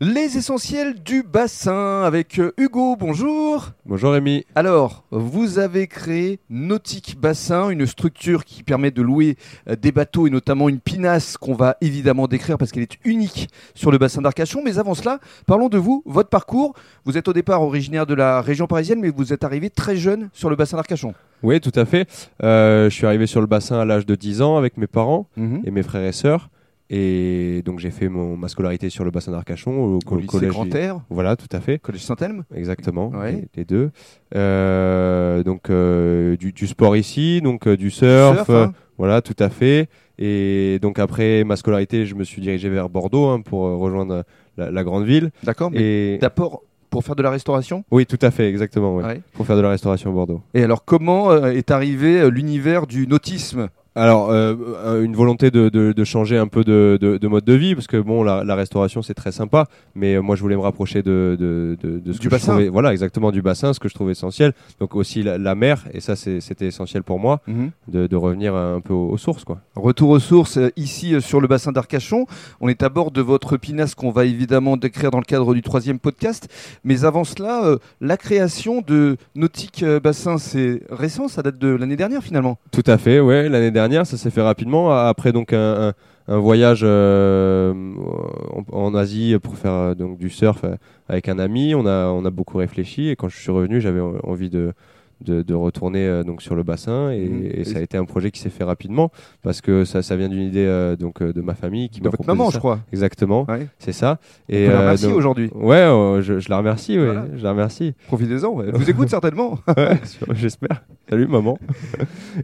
Les essentiels du bassin avec euh, Hugo, bonjour. Bonjour Rémi. Alors, vous avez créé Nautique Bassin, une structure qui permet de louer euh, des bateaux et notamment une pinasse qu'on va évidemment décrire parce qu'elle est unique sur le bassin d'Arcachon. Mais avant cela, parlons de vous, votre parcours. Vous êtes au départ originaire de la région parisienne, mais vous êtes arrivé très jeune sur le bassin d'Arcachon. Oui, tout à fait. Euh, je suis arrivé sur le bassin à l'âge de 10 ans avec mes parents Mmh. et mes frères et sœurs. Et donc j'ai fait mon, ma scolarité sur le bassin d'Arcachon au, co- Au lycée collège. Grand Air, Voilà, tout à fait. collège Saint-Elme. Exactement, Ouais. les, les deux. Euh, donc euh, du, du sport ici, donc euh, du surf, Surf, euh, hein. voilà, tout à fait. Et donc après ma scolarité, je me suis dirigé vers Bordeaux hein, pour euh, rejoindre la, la grande ville. D'accord, mais Et d'apport pour faire de la restauration oui, tout à fait, exactement, ouais, Ouais. pour faire de la restauration à Bordeaux. Et alors, comment euh, est arrivé euh, l'univers du nautisme Alors, euh, euh, une volonté de, de- de changer un peu de, de- de mode de vie, parce que bon, la, la restauration c'est très sympa, mais euh, moi je voulais me rapprocher de, de- de- de ce Du que je bassin. trouvais- voilà, exactement du bassin, ce que je trouvais essentiel. Donc aussi la, la mer, et ça c'est- c'était essentiel pour moi de, de revenir euh, un peu aux, aux sources, quoi. Retour aux sources, euh, ici euh, sur le bassin d'Arcachon. On est à bord de votre pinasse qu'on va évidemment décrire dans le cadre du troisième podcast. Mais avant cela, euh, la création de Nautique euh, Bassin, c'est récent, ça date de l'année dernière finalement. Tout à fait, ouais. L'année dernière, ça s'est fait rapidement a- après donc un, un- un voyage euh, en, en Asie pour faire euh, donc du surf euh, avec un ami. On a on a beaucoup réfléchi et quand je suis revenu, j'avais euh, envie de de, de retourner euh, donc sur le bassin et, Mhm. et ça a été un projet qui s'est fait rapidement parce que ça, ça vient d'une idée euh, donc euh, de ma famille qui De m'a votre proposé maman, ça. je crois. exactement Ouais. c'est ça Et et on la euh, remercie donc- aujourd'hui. ouais euh, je, je la remercie ouais, Voilà. je la remercie Profitez-en, ouais. elle vous écoute certainement. Ouais, sûr, j'espère. Salut maman.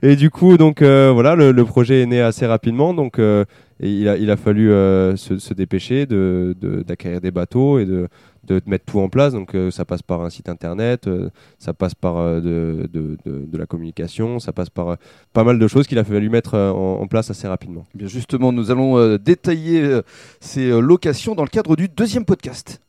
Et du coup, donc euh, voilà, le, le projet est né assez rapidement, donc euh, et il, a, il a fallu euh, se, se dépêcher de, de- d'acquérir des bateaux et de, de mettre tout en place. Donc euh, ça passe par un site internet, euh, ça passe par euh, de, de- de- de la communication, ça passe par euh, pas mal de choses qu'il a fallu mettre euh, en- en place assez rapidement. Eh Bien justement, nous allons euh, détailler euh, ces euh, locations dans le cadre du deuxième podcast.